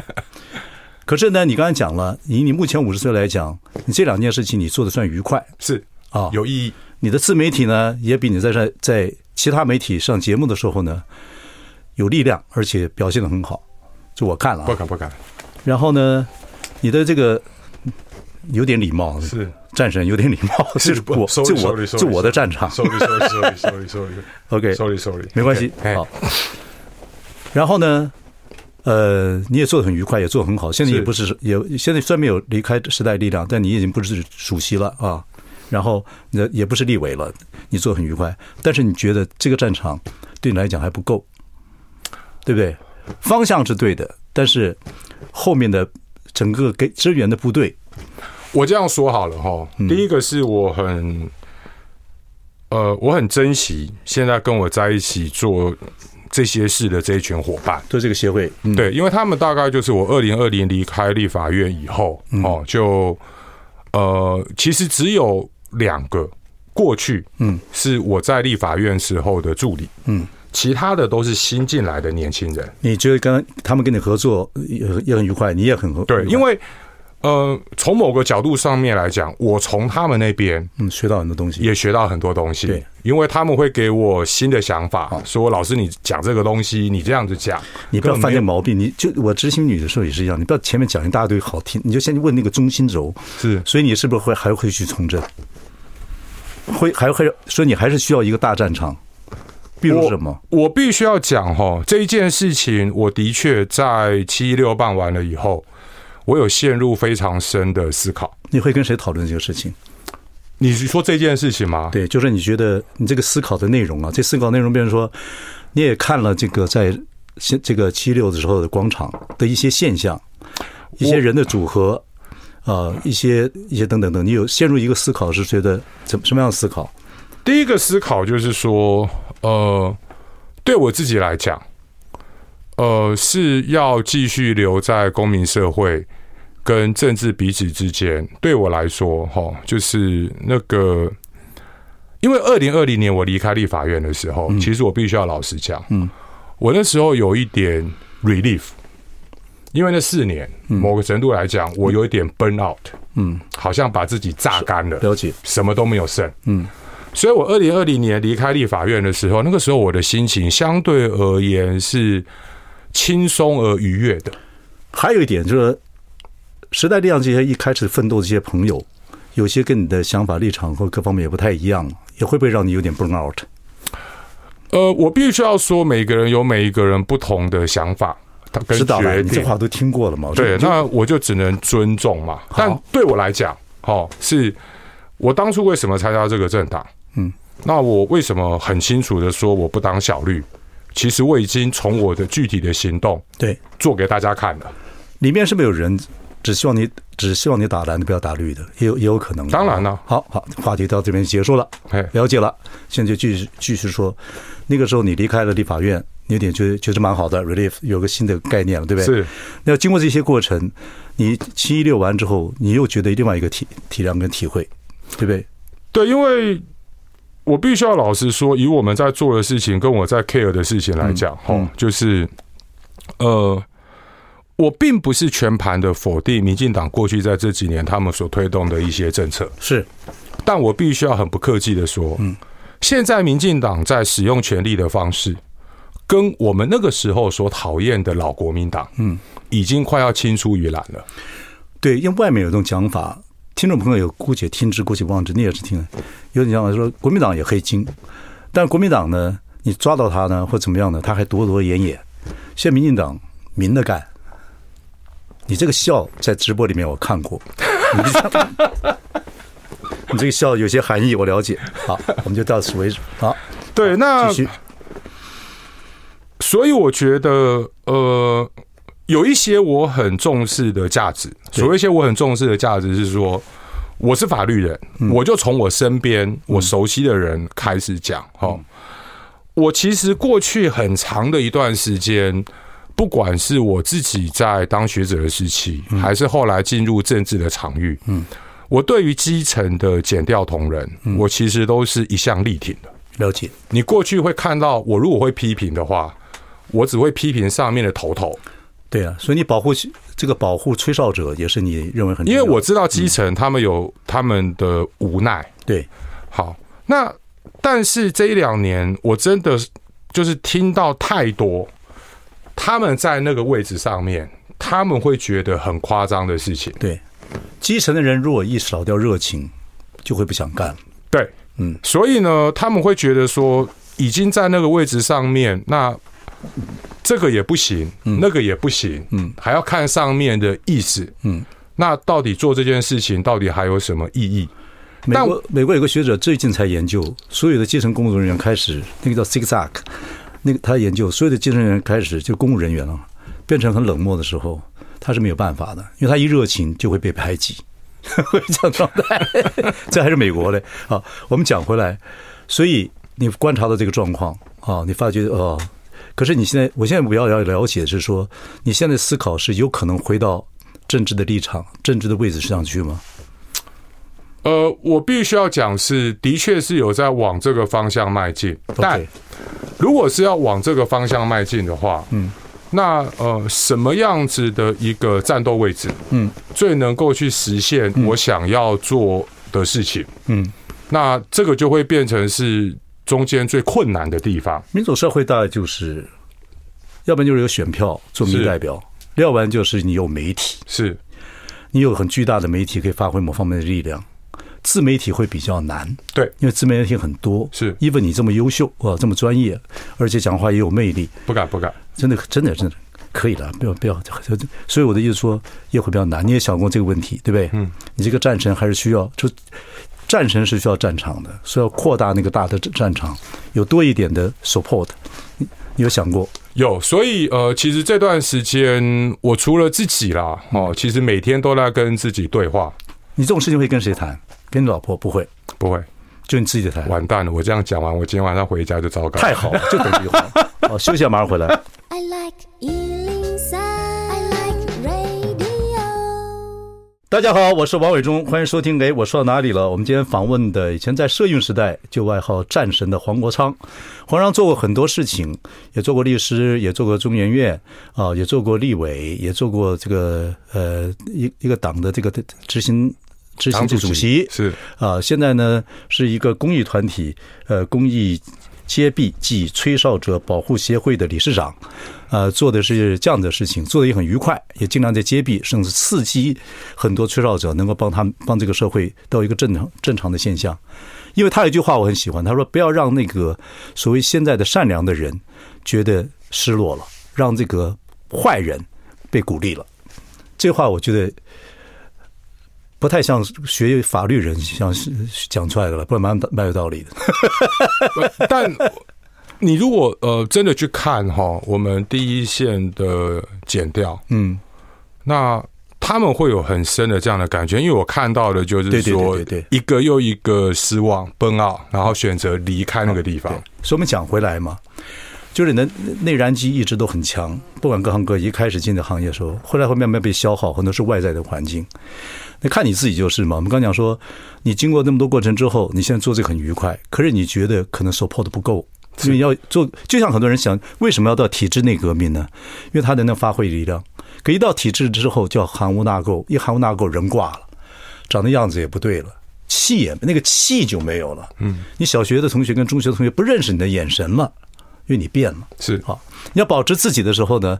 [SPEAKER 1] 可是呢，你刚才讲了，以你目前五十岁来讲，你这两件事情你做的算愉快
[SPEAKER 2] 是
[SPEAKER 1] 啊
[SPEAKER 2] 有意义。
[SPEAKER 1] 你的自媒体呢，也比你在在在其他媒体上节目的时候呢，有力量，而且表现的很好。就我看了、
[SPEAKER 2] 不
[SPEAKER 1] 啊，
[SPEAKER 2] 敢不敢，
[SPEAKER 1] 然后呢，你的这个有点礼貌，
[SPEAKER 2] 是
[SPEAKER 1] 战神有点礼貌，这 (laughs) 是我
[SPEAKER 2] 收
[SPEAKER 1] 这我这我的战场。
[SPEAKER 2] ，sorry sorry sorry
[SPEAKER 1] (laughs)
[SPEAKER 2] sorry sorry
[SPEAKER 1] OK，
[SPEAKER 2] sorry sorry，
[SPEAKER 1] 没关系，
[SPEAKER 2] (laughs) 哎
[SPEAKER 1] 好。然后呢，呃，你也做的很愉快，也做得很好。现在
[SPEAKER 2] 是
[SPEAKER 1] 也不是也现在虽然没有离开时代力量，但你已经不是主席了啊。然后也也不是立委了，你做的很愉快。但是你觉得这个战场对你来讲还不够，对不对？方向是对的，但是后面的整个给支援的部队，
[SPEAKER 2] 我这样说好了哈，
[SPEAKER 1] 嗯
[SPEAKER 2] 第一个是我很，呃，我很珍惜现在跟我在一起做这些事的这一群伙伴，
[SPEAKER 1] 对这个协会，嗯，
[SPEAKER 2] 对，因为他们大概就是我二零二零离开立法院以后，
[SPEAKER 1] 嗯
[SPEAKER 2] 哦，就呃，其实只有两个过去，嗯，是我在立法院时候的助理，嗯，其他的都是新进来的年轻人，
[SPEAKER 1] 你觉得跟他们跟你合作也也很愉快，你也很合
[SPEAKER 2] 对，因
[SPEAKER 1] 为
[SPEAKER 2] 为呃，从某个角度上面来讲，我从他们那边
[SPEAKER 1] 嗯学到很多东西，
[SPEAKER 2] 也学到很多东西，
[SPEAKER 1] 对，哦
[SPEAKER 2] 因为他们会给我新的想法，说老师你讲这个东西，你这样子讲，
[SPEAKER 1] 你不要
[SPEAKER 2] 根本
[SPEAKER 1] 犯
[SPEAKER 2] 没
[SPEAKER 1] 这
[SPEAKER 2] 有
[SPEAKER 1] 毛病，你就我执行女的时候也是一样，你不要前面讲一大堆好听，你就先问那个中心轴。
[SPEAKER 2] 是
[SPEAKER 1] 所以你是不是会还会去从政？会还会说你还是需要一个大战场，比如什么？
[SPEAKER 2] 我？我必须要讲哈，这一件事情，我的确在七一六办完了以后，我有陷入非常深的思考。
[SPEAKER 1] 你会跟谁讨论这个事情？
[SPEAKER 2] 你是说这件事情吗？
[SPEAKER 1] 对，就是你觉得你这个思考的内容啊，这思考内容，比如说你也看了这个在现这个七六的时候的广场的一些现象，一些人的组合，呃，一些一些等等等，你有陷入一个思考，是觉得怎什么样的思考？
[SPEAKER 2] 第一个思考就是说，呃，对我自己来讲，呃，是要继续留在公民社会跟政治彼此之间。对我来说，哈，就是那个，因为二零二零年我离开立法院的时候，其实我必须要老实讲，嗯，我那时候有一点 relief，因为那四年，某个程度来讲，我有一点 burn out，嗯，好像把自己榨干了，
[SPEAKER 1] 了解，
[SPEAKER 2] 什么都没有剩。嗯，所以我二零二零年离开立法院的时候，那个时候我的心情相对而言是轻松而愉悦的。
[SPEAKER 1] 还有一点就是，时代力量这些一开始奋斗的这些朋友，有些跟你的想法、立场和各方面也不太一样，也会不会让你有点 burn out？
[SPEAKER 2] 呃，我必须要说，每个人有每一个人不同的想法，他跟
[SPEAKER 1] 知道了，
[SPEAKER 2] 决
[SPEAKER 1] 你这
[SPEAKER 2] 定。
[SPEAKER 1] 话都听过了嘛？我说
[SPEAKER 2] 对，
[SPEAKER 1] 你就
[SPEAKER 2] 那我就只能尊重嘛。但对我来讲，哦，是我当初为什么参加这个政党？嗯，那我为什么很清楚的说我不当小绿？其实我已经从我的具体的行动
[SPEAKER 1] 对，
[SPEAKER 2] 做给大家看了。
[SPEAKER 1] 里面是没有人只希望你只希望你打蓝的，不要打绿的，也有也有可能的。
[SPEAKER 2] 当然了
[SPEAKER 1] 好好，话题到这边结束了，
[SPEAKER 2] 嘿，
[SPEAKER 1] 了解了。现在就继续继续说，那个时候你离开了立法院，你有点觉得觉得蛮好的，relief 有个新的概念了，对不对？
[SPEAKER 2] 是。
[SPEAKER 1] 那经过这些过程，你七一六完之后，你又觉得另外一个体体谅跟体会，对不对？
[SPEAKER 2] 对，因为我必须要老实说，以我们在做的事情跟我在 care 的事情来讲，哈、
[SPEAKER 1] 嗯
[SPEAKER 2] 就是呃，我并不是全盘的否定民进党过去在这几年他们所推动的一些政策，
[SPEAKER 1] 是
[SPEAKER 2] 但我必须要很不客气的说，嗯，现在民进党在使用权力的方式。跟我们那个时候所讨厌的老国民党，嗯，已经快要青出于蓝了。
[SPEAKER 1] 对，因为外面有一种讲法，听众朋友有姑且听之，姑且忘之，你也是听，有点讲法说国民党也黑金，但国民党呢，你抓到他呢或怎么样呢，他还躲躲掩掩。现在民进党明的干，你这个笑在直播里面我看过，你这个你这个笑有些含义，我了解。好，我们就到此为止。好，
[SPEAKER 2] 对，那
[SPEAKER 1] 继续。
[SPEAKER 2] 所以我觉得，呃，有一些我很重视的价值，所谓一些我很重视的价值是说，我是法律人，我就从我身边我熟悉的人开始讲。哦，我其实过去很长的一段时间。不管是我自己在当学者的时期，还是后来进入政治的场域，嗯，我对于基层的减掉同仁，我其实都是一向力挺的。
[SPEAKER 1] 了解。
[SPEAKER 2] 你过去会看到，我如果会批评的话，我只会批评上面的头头，
[SPEAKER 1] 对啊，所以你保护这个保护吹哨者也是你认为很重
[SPEAKER 2] 因为
[SPEAKER 1] 要的
[SPEAKER 2] 我知道基层他们有他们的无奈。
[SPEAKER 1] 对
[SPEAKER 2] 好，那但是这一两年，我真的就是听到太多他们在那个位置上面，他们会觉得很夸张的事情。
[SPEAKER 1] 对，基层的人如果一少掉热情，就会不想干了。
[SPEAKER 2] 对，
[SPEAKER 1] 嗯，
[SPEAKER 2] 所以呢，他们会觉得说，已经在那个位置上面，那这个也不行，那个也不行，嗯，还要看上面的意思，嗯，那到底做这件事情到底还有什么意义？
[SPEAKER 1] 美
[SPEAKER 2] 但
[SPEAKER 1] 国美国有个学者最近才研究，所有的基层工作人员开始那个叫 zigzag，那个他研究所有的基层人员开始就公务人员了，变成很冷漠的时候，他是没有办法的，因为他一热情就会被排挤， (laughs) 会这样状态。这还是美国的啊。我们讲回来，所以你观察到这个状况啊，你发觉哦。可是你现在，我现在我要了了解是说，你现在思考是有可能回到政治的立场、政治的位置上去吗？
[SPEAKER 2] 呃，我必须要讲是，的确是有在往这个方向迈进，但
[SPEAKER 1] OK
[SPEAKER 2] 如果是要往这个方向迈进的话，嗯，那呃，什么样子的一个战斗位置，嗯，最能够去实现我想要做的事情，
[SPEAKER 1] 嗯，
[SPEAKER 2] 那这个就会变成是中间最困难的地方，
[SPEAKER 1] 民主社会大概就是，要不然就是有选票做民意
[SPEAKER 2] 是
[SPEAKER 1] 代表，要不然就是你有媒体，
[SPEAKER 2] 是
[SPEAKER 1] 你有很巨大的媒体可以发挥某方面的力量。自媒体会比较难，
[SPEAKER 2] 对，
[SPEAKER 1] 因为自媒体很多，
[SPEAKER 2] 是
[SPEAKER 1] 因为你这么优秀啊，这么专业，而且讲话也有魅力，
[SPEAKER 2] 不敢不敢，
[SPEAKER 1] 真的真的真的可以了，不要不要。所以我的意思说，也会比较难。你也想过这个问题，对不对？嗯，你这个战神还是需要，就战神是需要战场的，所以要扩大那个大的战场，有多一点的 support。你你有想过？
[SPEAKER 2] 有，所以呃，其实这段时间我除了自己啦，哦，其实每天都在跟自己对话，
[SPEAKER 1] 你这种事情会跟谁谈？跟你老婆不会，
[SPEAKER 2] 不会。
[SPEAKER 1] 就你自己谈。
[SPEAKER 2] 完蛋了！我这样讲完，我今天晚上回家就糟糕。
[SPEAKER 1] 太好了，就等这句话。好，休息一下，马上回来。
[SPEAKER 3] I like Ealing Sound. I like radio.
[SPEAKER 1] 大家好，我是王伟忠，欢迎收听。哎，我说到哪里了？我们今天访问的以前在社运时代就外号“战神”的黄国昌，黄国昌做过很多事情，也做过律师，啊也做过中研院啊、也做过立委，也做过这个呃一一个党的这个执行执行
[SPEAKER 2] 党
[SPEAKER 1] 处
[SPEAKER 2] 主
[SPEAKER 1] 主
[SPEAKER 2] 席
[SPEAKER 1] 席
[SPEAKER 2] 是
[SPEAKER 1] 啊，现在呢是一个公益团体，呃，公益揭弊暨吹哨者保护协会的理事长，呃，做的是这样的事情，做的也很愉快，也尽量在揭弊，甚至刺激很多吹哨者，能够帮他们帮这个社会到一个正常正常的现象。因为他有一句话我很喜欢，他说不要让那个所谓现在的善良的人觉得失落了，让这个坏人被鼓励了。这话我觉得不太像学法律人像是讲出来的了，不然蛮蛮有道理的。
[SPEAKER 2] (laughs) 但你如果呃真的去看哈，我们第一线的剪掉，
[SPEAKER 1] 嗯，
[SPEAKER 2] 那他们会有很深的这样的感觉，因为我看到的就是
[SPEAKER 1] 对对
[SPEAKER 2] 说
[SPEAKER 1] 对对对，
[SPEAKER 2] 一个又一个失望、崩傲，然后选择离开那个地方
[SPEAKER 1] 对。。所以我们讲回来嘛，就是你的内燃机一直都很强，不管各行各业，一开始进的行业的时候，后来会慢慢被消耗，很多是外在的环境。那看你自己就是嘛。我们刚讲说，你经过那么多过程之后，你现在做这个很愉快，可是你觉得可能 support 不够，因为要做，就像很多人想，为什么要到体制内革命呢？因为他才能发挥力量。可一到体制之后，就要含污纳垢，一含污纳垢人挂了，长得样子也不对了。气也那个气就没有了，嗯，你小学的同学跟中学的同学不认识你的眼神了，因为你变了，
[SPEAKER 2] 是
[SPEAKER 1] 好，你要保持自己的时候呢，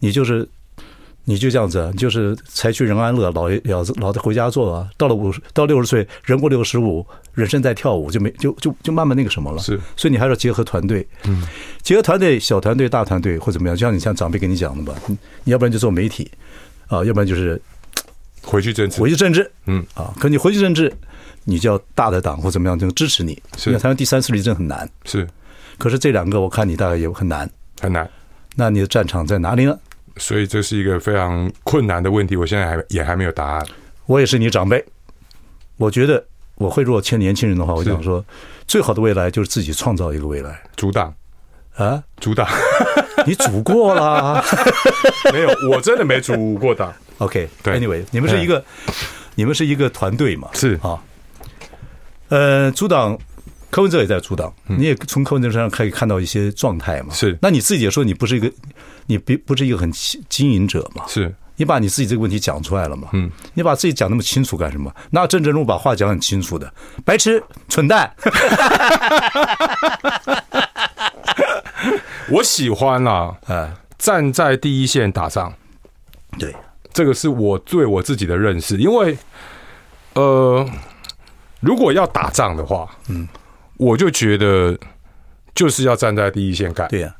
[SPEAKER 1] 你就是你就这样子啊，你就是才去人安乐，老爷老子老子回家做啊。到了五十到六十岁，人过六十五，人生在跳舞，就没就就就慢慢那个什么了。
[SPEAKER 2] 是
[SPEAKER 1] 所以你还是要结合团队，嗯，结合团队，小团队、大团队或怎么样，就像你像长辈跟你讲的吧，你你要不然就做媒体啊，要不然就是
[SPEAKER 2] 回去政治
[SPEAKER 1] 回去政治，
[SPEAKER 2] 嗯
[SPEAKER 1] 啊，可你回去政治，你就要大的党或怎么样就支持你，
[SPEAKER 2] 是
[SPEAKER 1] 因为台湾第三势力真的很难。
[SPEAKER 2] 是
[SPEAKER 1] 可是这两个我看你大概也很难，
[SPEAKER 2] 很难，
[SPEAKER 1] 那你的战场在哪里呢？
[SPEAKER 2] 所以这是一个非常困难的问题。我现在还也还没有答案。
[SPEAKER 1] 我也是你长辈，我觉得我会如果劝年轻人的话，我
[SPEAKER 2] 是
[SPEAKER 1] 想说，最好的未来就是自己创造一个未来
[SPEAKER 2] 阻挡，
[SPEAKER 1] 啊！
[SPEAKER 2] 阻挡，
[SPEAKER 1] 你煮过啦
[SPEAKER 2] (laughs) 没有，我真的没阻过挡。对
[SPEAKER 1] ，OK，Anyway，、你们是一个，你们是一个团队嘛？
[SPEAKER 2] 是
[SPEAKER 1] 啊，呃，阻挡。柯文哲也在阻挡，你也从柯文哲身上可以看到一些状态嘛。
[SPEAKER 2] 嗯是
[SPEAKER 1] 那你自己也说你不是一个，你不不是一个很经经营者嘛？
[SPEAKER 2] 是
[SPEAKER 1] 你把你自己这个问题讲出来了嘛？嗯，你把自己讲那么清楚干什么？哪有政治人物把话讲很清楚的？白痴、蠢蛋， (laughs)
[SPEAKER 2] 我喜欢啦、
[SPEAKER 1] 哎，
[SPEAKER 2] 站在第一线打仗，
[SPEAKER 1] 对，
[SPEAKER 2] 这个是我对我自己的认识，因为呃，如果要打仗的话，嗯，我就觉得就是要站在第一线干。
[SPEAKER 1] 对呀、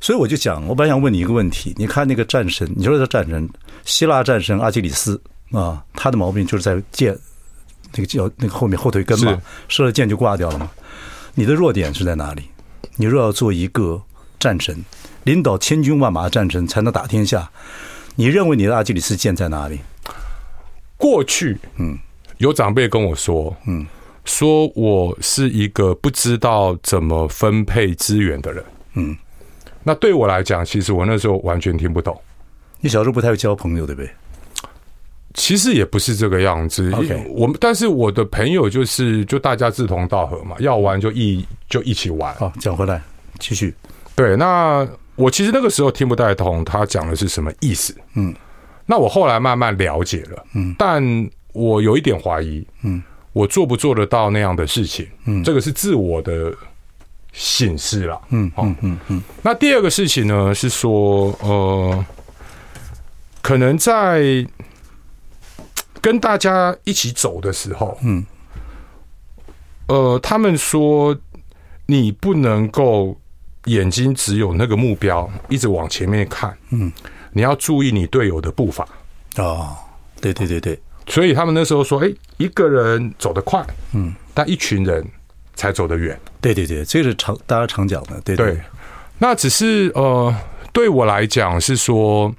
[SPEAKER 1] 所以我就讲，我本来想问你一个问题，你看那个战神，你说他战神，希腊战神阿基里斯啊，他的毛病就是在箭那个脚那个后面后腿根嘛，射了箭就挂掉了嘛。你的弱点是在哪里？你若要做一个战神，领导千军万马的战神才能打天下，你认为你的阿基里斯箭在哪里？
[SPEAKER 2] 过去，嗯，有长辈跟我说，嗯，说我是一个不知道怎么分配资源的人，嗯，那对我来讲，其实我那时候完全听不懂。
[SPEAKER 1] 你小时候不太会交朋友，对不对？
[SPEAKER 2] 其实也不是这个样子
[SPEAKER 1] OK
[SPEAKER 2] 我们但是我的朋友就是就大家志同道合嘛，要玩就一就一起玩。
[SPEAKER 1] 好，讲回来，继续。
[SPEAKER 2] 对，那我其实那个时候听不太懂他讲的是什么意思。嗯，那我后来慢慢了解了。嗯，但我有一点怀疑。嗯，我做不做得到那样的事情？嗯，这个是自我的醒示啦。嗯，好、嗯，嗯，那第二个事情呢是说，呃，可能在跟大家一起走的时候，嗯，呃，他们说你不能够眼睛只有那个目标，一直往前面看。嗯，你要注意你队友的步伐。
[SPEAKER 1] 哦，对对对对，
[SPEAKER 2] 所以他们那时候说，哎，一个人走得快，嗯，但一群人才走得远。
[SPEAKER 1] 对对对，这个是常大家常讲的，对
[SPEAKER 2] 对，那只是呃，对我来讲是说，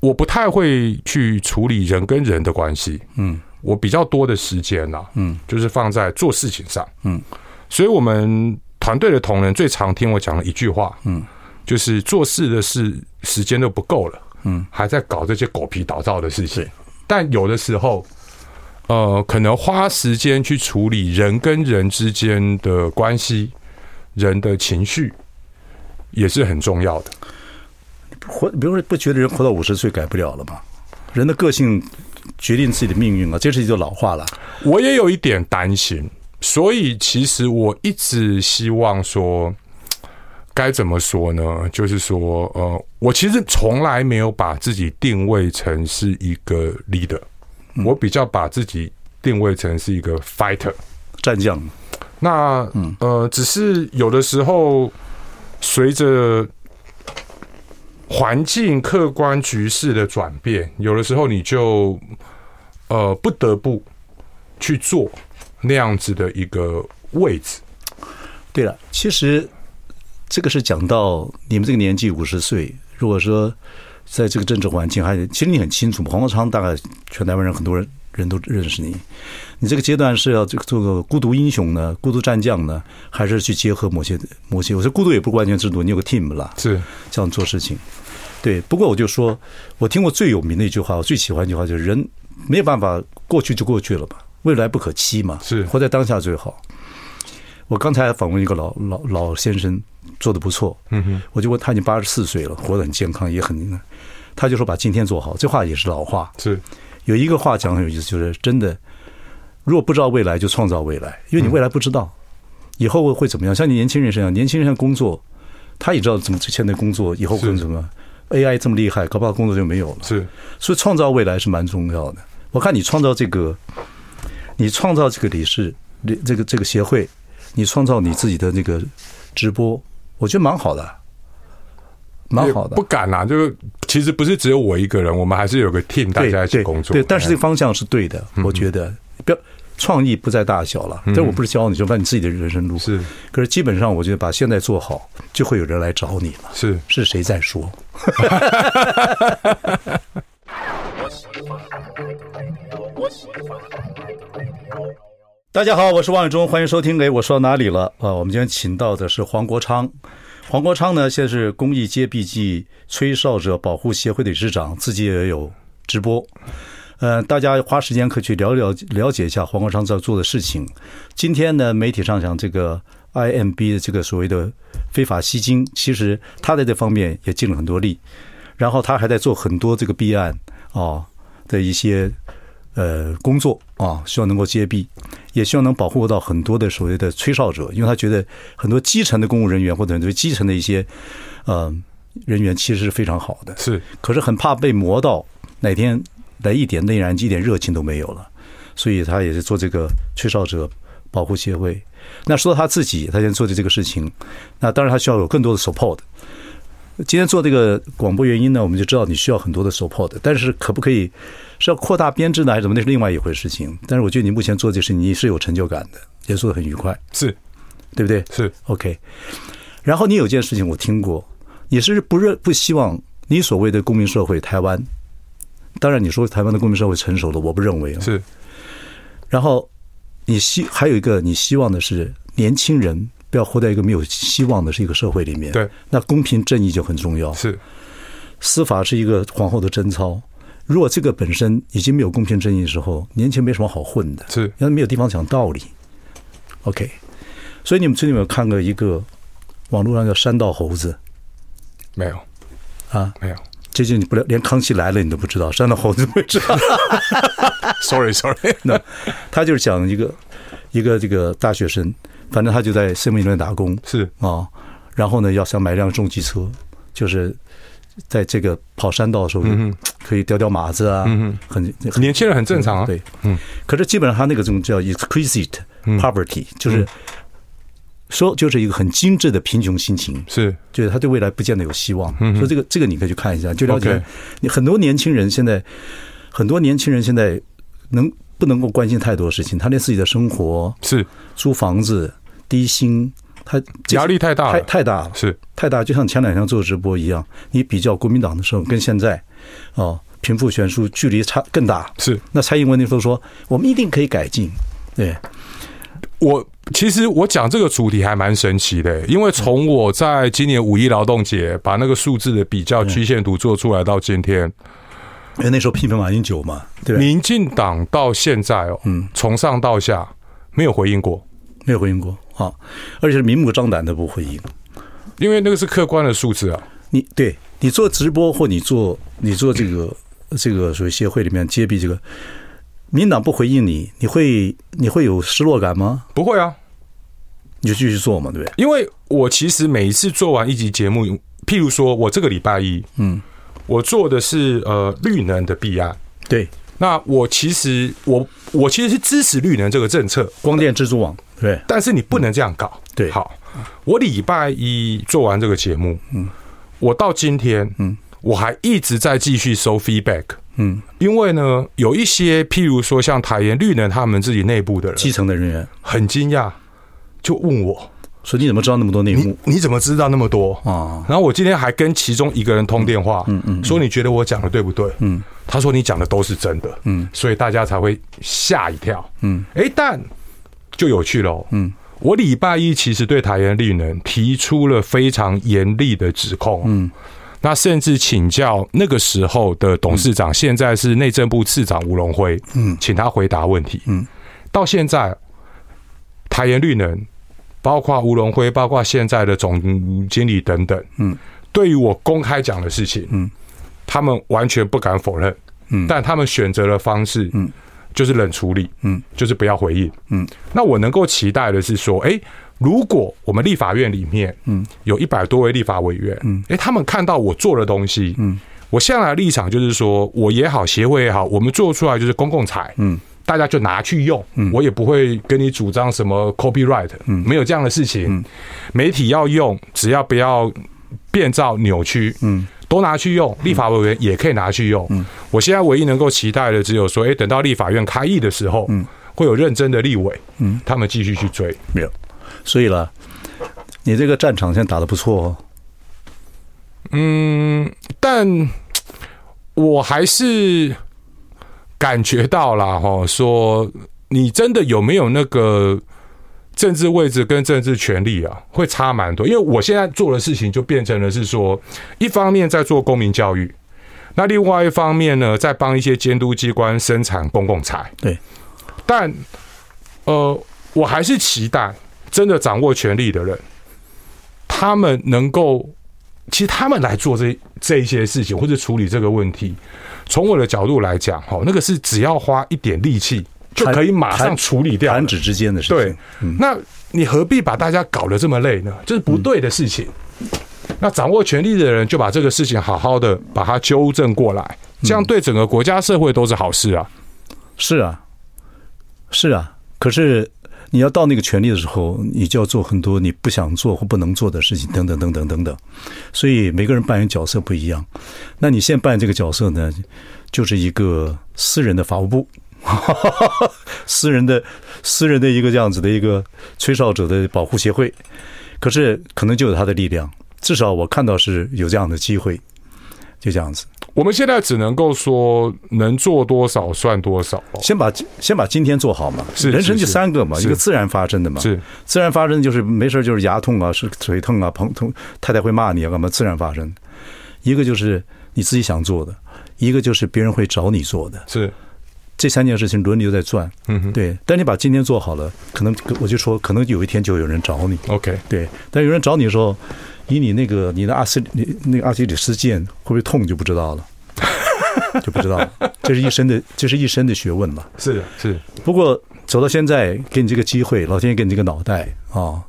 [SPEAKER 2] 我不太会去处理人跟人的关系。嗯，我比较多的时间呐、嗯，就是放在做事情上。嗯，所以我们团队的同仁最常听我讲的一句话，嗯，就是做事的事时间都不够了，嗯，还在搞这些狗皮倒灶的事情
[SPEAKER 1] 是。
[SPEAKER 2] 但有的时候。呃，可能花时间去处理人跟人之间的关系，人的情绪也是很重要的。
[SPEAKER 1] 活，比如说不觉得人活到五十岁改不了了吗？人的个性决定自己的命运啊，这是一句老话了。
[SPEAKER 2] 我也有一点担心，所以其实我一直希望说，该怎么说呢？就是说，呃，我其实从来没有把自己定位成是一个 leader，、我比较把自己定位成是一个 fighter。
[SPEAKER 1] 战将
[SPEAKER 2] 那
[SPEAKER 1] 嗯
[SPEAKER 2] 呃，只是有的时候随着环境客观局势的转变，有的时候你就呃不得不去做那样子的一个位置。
[SPEAKER 1] 对了，其实这个是讲到你们这个年纪五十岁，如果说在这个政治环境还，其实你很清楚嘛。黄国昌大概全台湾人很多人人都认识你，你这个阶段是要这个做个孤独英雄呢，孤独战将呢，还是去结合某些某些？我说孤独也不是完全制度，你有个 team 啦，
[SPEAKER 2] 是
[SPEAKER 1] 这样做事情。对，不过我就说，我听过最有名的一句话，我最喜欢一句话就是：人没有办法过去就过去了吧，未来不可期嘛，
[SPEAKER 2] 是
[SPEAKER 1] 活在当下最好。我刚才还访问一个老老老先生，做的不错，嗯哼，我就问他已经八十四岁了，活得很健康，也很，他就说把今天做好，这话也是老话。
[SPEAKER 2] 是，
[SPEAKER 1] 有一个话讲得很有意思，就是真的，如果不知道未来，就创造未来，因为你未来不知道、以后会怎么样。像你年轻人身上，年轻人工作，他也知道怎么现在工作以后会怎么样。AI 这么厉害，搞不好工作就没有了。
[SPEAKER 2] 是
[SPEAKER 1] 所以创造未来是蛮重要的。我看你创造这个，你创造这个理事，理这个这个协会，你创造你自己的那个直播，我觉得蛮好的，蛮好
[SPEAKER 2] 也
[SPEAKER 1] 的
[SPEAKER 2] 不。敢啦，就是其实不是只有我一个人，我们还是有个 team 大
[SPEAKER 1] 对
[SPEAKER 2] 家一起
[SPEAKER 1] 对
[SPEAKER 2] 工作。哎嗯
[SPEAKER 1] 对，但是这个方向是对的，我觉得。不要创意不在大小了，但我不是教你，就把你自己的人生路。
[SPEAKER 2] 是，
[SPEAKER 1] 可是基本上我觉得把现在做好，就会有人来找你了。
[SPEAKER 2] 是
[SPEAKER 1] 是谁在说？ (laughs) 大家好，我是王永忠，欢迎收听。哎，我说到哪里了？啊，我们今天请到的是黄国昌。黄国昌呢，现在是公益街壁记吹哨者保护协会的理事长，自己也有直播。呃，大家花时间可以去了了了解一下黄国昌在做的事情。今天呢，媒体上讲这个 IMB 的这个所谓的非法吸金，其实他在这方面也尽了很多力。然后他还在做很多这个弊案，啊的一些呃工作啊，希望能够揭弊，也希望能保护到很多的所谓的吹哨者，因为他觉得很多基层的公务人员或者很多基层的一些呃人员其实是非常好的，
[SPEAKER 2] 是
[SPEAKER 1] 可是很怕被磨到哪天来一点内燃机、一点热情都没有了，所以他也是做这个吹哨者保护协会。那说到他自己，他现在做的这个事情，那当然他需要有更多的 support。今天做这个广播原因呢，我们就知道你需要很多的 support，但是可不可以是要扩大编制呢，还是怎么？那是另外一回事情。但是我觉得你目前做这事，你是有成就感的，也做得很愉快，
[SPEAKER 2] 是
[SPEAKER 1] 对不对？
[SPEAKER 2] 是，
[SPEAKER 1] OK，然后你有件事情我听过，你是不认不希望你所谓的公民社会台湾，当然你说台湾的公民社会成熟了，我不认为啊。
[SPEAKER 2] 是
[SPEAKER 1] 然后你希还有一个你希望的是年轻人不要活在一个没有希望的是一个社会里面。
[SPEAKER 2] 对，
[SPEAKER 1] 那公平正义就很重要。
[SPEAKER 2] 是
[SPEAKER 1] 司法是一个皇后的贞操。如果这个本身已经没有公平正义的时候，年轻人没什么好混的。
[SPEAKER 2] 是
[SPEAKER 1] 因为没有地方讲道理。OK，所以你们最近有没有看过一个网络上叫“山道猴子
[SPEAKER 2] 没有
[SPEAKER 1] 啊？
[SPEAKER 2] 没有
[SPEAKER 1] 最近你不了连康熙来了你都不知道，山道猴子不知道。(laughs)
[SPEAKER 2] ，sorry sorry，
[SPEAKER 1] 那他就是讲一个一个这个大学生，反正他就在 seven 打工
[SPEAKER 2] 是
[SPEAKER 1] 啊，然后呢要想买辆重机车，就是在这个跑山道的时候
[SPEAKER 2] 嗯哼
[SPEAKER 1] 可以叼叼马子啊，
[SPEAKER 2] 嗯
[SPEAKER 1] 很很
[SPEAKER 2] 年轻人很正常啊，
[SPEAKER 1] 对，
[SPEAKER 2] 嗯，
[SPEAKER 1] 可是基本上他那个种叫 exquisite
[SPEAKER 2] 嗯
[SPEAKER 1] poverty，、就是
[SPEAKER 2] 嗯
[SPEAKER 1] 说就是一个很精致的贫穷心情，
[SPEAKER 2] 是
[SPEAKER 1] 就是他对未来不见得有希望。
[SPEAKER 2] 嗯哼
[SPEAKER 1] 所以这个这个你可以去看一下，就了
[SPEAKER 2] OK
[SPEAKER 1] 解你很多年轻人现在，很多年轻人现在能不能够关心太多事情，他连自己的生活、
[SPEAKER 2] 是
[SPEAKER 1] 租房子、低薪，他这
[SPEAKER 2] 压力太大
[SPEAKER 1] 太
[SPEAKER 2] 了，
[SPEAKER 1] 太大了。
[SPEAKER 2] 是
[SPEAKER 1] 太大，就像前两天做直播一样，你比较国民党的时候跟现在，哦，贫富悬殊距离差更大。
[SPEAKER 2] 是，
[SPEAKER 1] 那蔡英文那时候说，我们一定可以改进，对，
[SPEAKER 2] 我其实我讲这个主题还蛮神奇的，欸因为
[SPEAKER 1] 嗯
[SPEAKER 2] 从我在今年五一劳动节把那个数字的比较
[SPEAKER 1] 嗯
[SPEAKER 2] 曲线图做出来到今天，
[SPEAKER 1] 因为那时候批评马英九嘛，对吧？
[SPEAKER 2] 民进党到现在哦，
[SPEAKER 1] 嗯
[SPEAKER 2] 从上到下没有回应过，
[SPEAKER 1] 没有回应过啊，而且是明目张胆的不回应。
[SPEAKER 2] 因为那个是客观的数字啊，
[SPEAKER 1] 你对你做直播或你做你做这个这个属于协会里面揭弊这个，民党不回应你，你会你会有失落感吗？
[SPEAKER 2] 不会啊，
[SPEAKER 1] 你就继续做嘛，对不对？
[SPEAKER 2] 因为我其实每一次做完一集节目，譬如说我这个礼拜一，
[SPEAKER 1] 嗯，
[SPEAKER 2] 我做的是呃绿能的弊案，
[SPEAKER 1] 对，
[SPEAKER 2] 那我其实我我其实是支持绿能这个政策，
[SPEAKER 1] 光电蜘蛛网，对
[SPEAKER 2] 但是你不能这样搞。
[SPEAKER 1] 对
[SPEAKER 2] 好，我礼拜一做完这个节目，嗯，我到今天，嗯，我还一直在继续收 feedback，
[SPEAKER 1] 嗯，
[SPEAKER 2] 因为呢，有一些譬如说像台研绿能他们自己内部的人
[SPEAKER 1] 基层的人员
[SPEAKER 2] 很惊讶，就问我，
[SPEAKER 1] 说你怎么知道那么多内幕
[SPEAKER 2] 你你怎么知道那么多？
[SPEAKER 1] 啊？
[SPEAKER 2] 然后我今天还跟其中一个人通电话，嗯嗯，说你觉得我讲的对不对？嗯，他说你讲的都是真的，嗯，所以大家才会吓一跳，嗯，哎，但就有趣喽，嗯，我礼拜一其实对台湾绿能提出了非常严厉的指控，嗯。那甚至请教那个时候的董事长，现在是内政部次长吴荣辉，嗯，请他回答问题，嗯，到现在台研绿能，包括吴荣辉，包括现在的总经理等等，嗯，对于我公开讲的事情，嗯，他们完全不敢否认，嗯，但他们选择的方式，嗯，就是冷处理，嗯，就是不要回应，嗯，那我能够期待的是说，诶，如果我们立法院里面，嗯，有一百多位立法委员，嗯，诶，他们看到我做的东西，嗯，我向来的立场就是说，我也好，协会也好，我们做出来就是公共财，嗯。大家就拿去用，我也不会跟你主张什么 copyright，、没有这样的事情。媒体要用，只要不要变造扭曲，嗯，都拿去用。立法委员也可以拿去用。我现在唯一能够期待的只有说，诶，等到立法院开议的时候，会有认真的立委，嗯，他们继续去追。
[SPEAKER 1] 没有，所以了，你这个战场现在打得不错哦。
[SPEAKER 2] 嗯，但我还是感觉到啦，哈，说你真的有没有那个政治位置跟政治权利啊，会差蛮多。因为我现在做的事情就变成了是说，一方面在做公民教育，那另外一方面呢，在帮一些监督机关生产公共财。
[SPEAKER 1] 对，
[SPEAKER 2] 但呃，我还是期待真的掌握权力的人，他们能够其实他们来做这这一些事情或者处理这个问题，从我的角度来讲，哦哈，那个是只要花一点力气就可以马上处理掉的。
[SPEAKER 1] 弹指之间的事情。嗯
[SPEAKER 2] 对，那你何必把大家搞得这么累呢？这是不对的事情。
[SPEAKER 1] 嗯
[SPEAKER 2] 那掌握权力的人就把这个事情好好的把它纠正过来，这
[SPEAKER 1] 嗯
[SPEAKER 2] 样对整个国家社会都是好事啊。
[SPEAKER 1] 是啊，是啊。可是你要到那个权利的时候，你就要做很多你不想做或不能做的事情，等等等等等等。所以每个人扮演角色不一样。那你现在扮演这个角色呢，就是一个私人的法务部。 (laughs) 私人的、私人的一个这样子的一个吹哨者的保护协会，可是可能就有他的力量，至少我看到是有这样的机会，就这样子。
[SPEAKER 2] 我们现在只能够说，能做多少算多少哦。
[SPEAKER 1] 先把先把今天做好嘛，
[SPEAKER 2] 是
[SPEAKER 1] 人生
[SPEAKER 2] 是
[SPEAKER 1] 就是三个嘛，
[SPEAKER 2] 是
[SPEAKER 1] 一个自然发生的嘛，
[SPEAKER 2] 是
[SPEAKER 1] 自然发生就是没事儿就是牙痛啊，是腿痛啊，疼痛，太太会骂你啊，干嘛？自然发生。一个就是你自己想做的，一个就是别人会找你做的，
[SPEAKER 2] 是，
[SPEAKER 1] 这三件事情轮流在转。
[SPEAKER 2] 嗯哼，
[SPEAKER 1] 对，但你把今天做好了，可能我就说，可能有一天就有人找你。
[SPEAKER 2] ，OK，
[SPEAKER 1] 对，但有人找你的时候，以你那个你的阿西你那个阿基里斯腱会不会痛就不知道了， (laughs) 就不知道了。这是一身的，这是一身的学问了。
[SPEAKER 2] 是啊是，
[SPEAKER 1] 不过走到现在，给你这个机会，老天爷给你这个脑袋啊、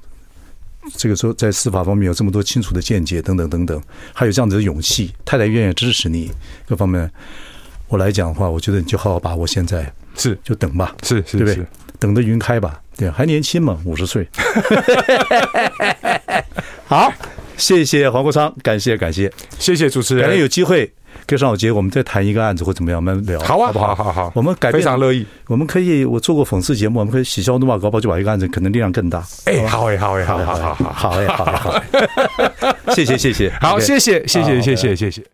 [SPEAKER 1] 这个说在司法方面有这么多清楚的见解，等等等等，还有这样子的勇气，太太愿意支持你，各方面，我来讲的话，我觉得你就好好把握现在，
[SPEAKER 2] 是
[SPEAKER 1] 就等吧，
[SPEAKER 2] 是
[SPEAKER 1] 对
[SPEAKER 2] 是
[SPEAKER 1] 不对
[SPEAKER 2] 是，？
[SPEAKER 1] 等得云开吧，对，还年轻嘛，五十
[SPEAKER 2] (laughs)
[SPEAKER 1] 岁。好，谢谢黄国昌，感谢感谢，
[SPEAKER 2] 谢谢主持
[SPEAKER 1] 改天有
[SPEAKER 2] 人。
[SPEAKER 1] 机会跟上我节，我们再谈一个案子或怎么样，我们聊，
[SPEAKER 2] 好啊，
[SPEAKER 1] 不
[SPEAKER 2] 好好好，
[SPEAKER 1] 我们改变
[SPEAKER 2] 非常乐意。
[SPEAKER 1] 我们可以，我做过讽刺节目，我们可以喜笑怒骂，搞不好就把一个案子可能力量更大。啊
[SPEAKER 2] 哎，好哎，好哎，好好好好，
[SPEAKER 1] 好哎，好哎，好哎，谢谢，谢谢，
[SPEAKER 2] 好，
[SPEAKER 1] OK
[SPEAKER 2] 谢谢，谢
[SPEAKER 1] 好
[SPEAKER 2] 谢，
[SPEAKER 1] 拜
[SPEAKER 2] 谢
[SPEAKER 1] 拜
[SPEAKER 2] 谢，谢谢。